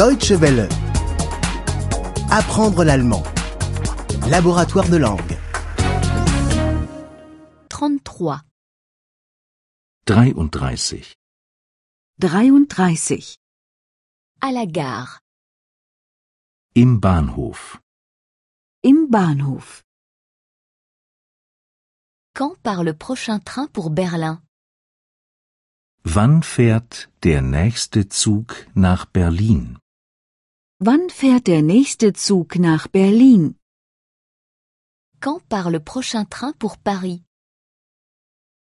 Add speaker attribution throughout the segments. Speaker 1: Deutsche Welle. Apprendre l'allemand. Laboratoire de langue.
Speaker 2: 33.
Speaker 3: 33.
Speaker 4: 33.
Speaker 2: À la gare.
Speaker 3: Im Bahnhof.
Speaker 4: Im Bahnhof.
Speaker 2: Quand part le prochain train pour Berlin
Speaker 3: Wann fährt der nächste Zug nach Berlin?
Speaker 4: Wann fährt der nächste Zug nach Berlin?
Speaker 2: Quand part le prochain train pour Paris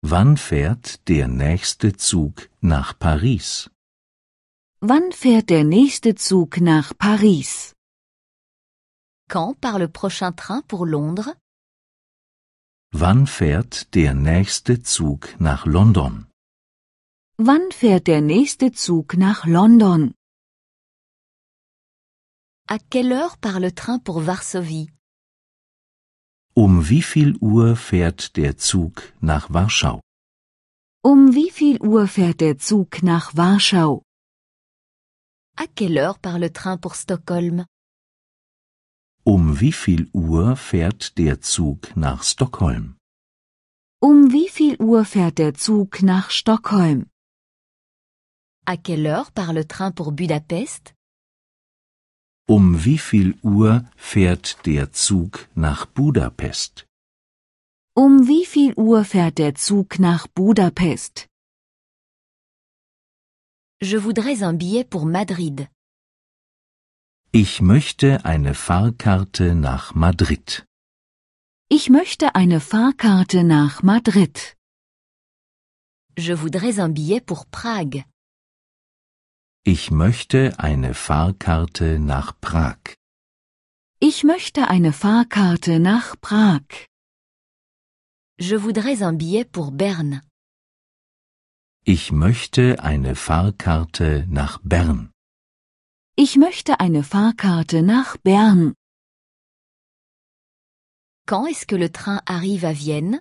Speaker 3: Wann fährt der nächste Zug nach Paris?
Speaker 4: Wann fährt der nächste Zug nach Paris?
Speaker 2: Quand part le prochain train pour Londres
Speaker 3: Wann fährt der nächste Zug nach London?
Speaker 4: Wann fährt der nächste Zug nach London?
Speaker 2: À quelle heure part le train pour Varsovie
Speaker 3: Um wie viel Uhr fährt der Zug nach Warschau?
Speaker 4: Um wie viel Uhr fährt der Zug nach Warschau?
Speaker 2: À quelle heure part le train pour Stockholm
Speaker 3: Um wie viel Uhr fährt der Zug nach Stockholm?
Speaker 4: Um wie viel Uhr fährt der Zug nach Stockholm?
Speaker 2: À quelle heure part le train pour Budapest
Speaker 3: Um wie viel Uhr fährt der Zug nach Budapest?
Speaker 4: Um wie viel Uhr fährt der Zug nach Budapest?
Speaker 2: Je voudrais un billet pour Madrid.
Speaker 3: Ich möchte eine Fahrkarte nach Madrid.
Speaker 4: Ich möchte eine Fahrkarte nach Madrid.
Speaker 2: Je voudrais un billet pour Prague.
Speaker 3: Ich möchte eine Fahrkarte nach Prag.
Speaker 4: Ich möchte eine Fahrkarte nach Prag.
Speaker 2: Je voudrais un billet pour Berne.
Speaker 3: Ich möchte eine Fahrkarte nach Bern.
Speaker 4: Ich möchte eine Fahrkarte nach Bern.
Speaker 2: Quand est-ce que le train arrive à Vienne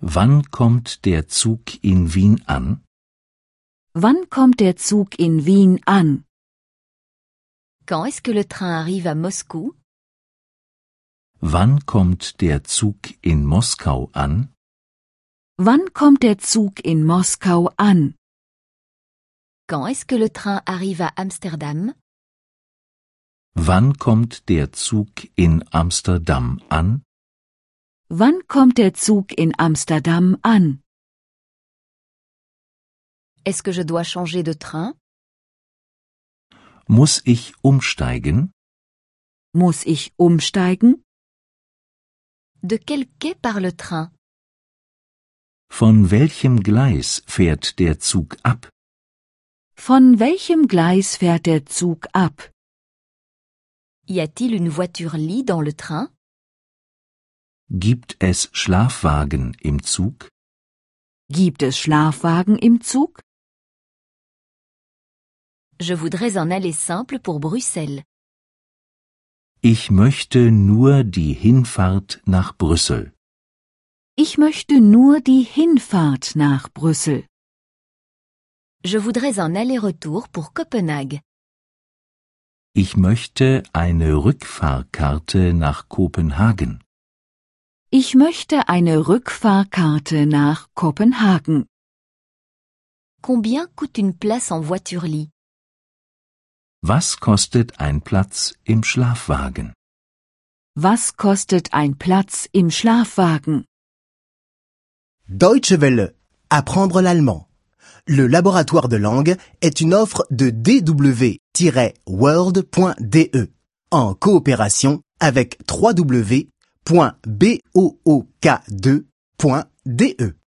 Speaker 3: Wann kommt der Zug in Wien an?
Speaker 4: Wann kommt der Zug in Wien an?
Speaker 2: Quand est-ce que le train arrive à Moscou
Speaker 3: Wann kommt der Zug in Moskau an?
Speaker 4: Wann kommt der Zug in Moskau an?
Speaker 2: Quand est-ce que le train arrive à Amsterdam
Speaker 3: Wann kommt der Zug in Amsterdam an?
Speaker 4: Wann kommt der Zug in Amsterdam an?
Speaker 2: Est-ce que je dois changer de train
Speaker 3: Muss ich umsteigen?
Speaker 4: Muss ich umsteigen?
Speaker 2: De quel quai part le train
Speaker 3: Von welchem Gleis fährt der Zug ab?
Speaker 4: Von welchem Gleis fährt der Zug ab?
Speaker 2: Y a-t-il une voiture lit dans le train
Speaker 3: Gibt es Schlafwagen im Zug?
Speaker 4: Gibt es Schlafwagen im Zug?
Speaker 2: Je voudrais un aller simple pour Bruxelles.
Speaker 3: Ich möchte nur die Hinfahrt nach Brüssel.
Speaker 4: Ich möchte nur die Hinfahrt nach Brüssel.
Speaker 2: Je voudrais un aller-retour pour Copenhague.
Speaker 3: Ich möchte eine Rückfahrkarte nach Kopenhagen.
Speaker 4: Ich möchte eine Rückfahrkarte nach Kopenhagen.
Speaker 2: Combien coûte une place en voiture lit
Speaker 3: Was kostet ein Platz im Schlafwagen?
Speaker 4: Was kostet ein Platz im Schlafwagen?
Speaker 1: Deutsche Welle. Apprendre l'allemand. Le laboratoire de langue est une offre de dw-world.de E en coopération avec www.book2.de.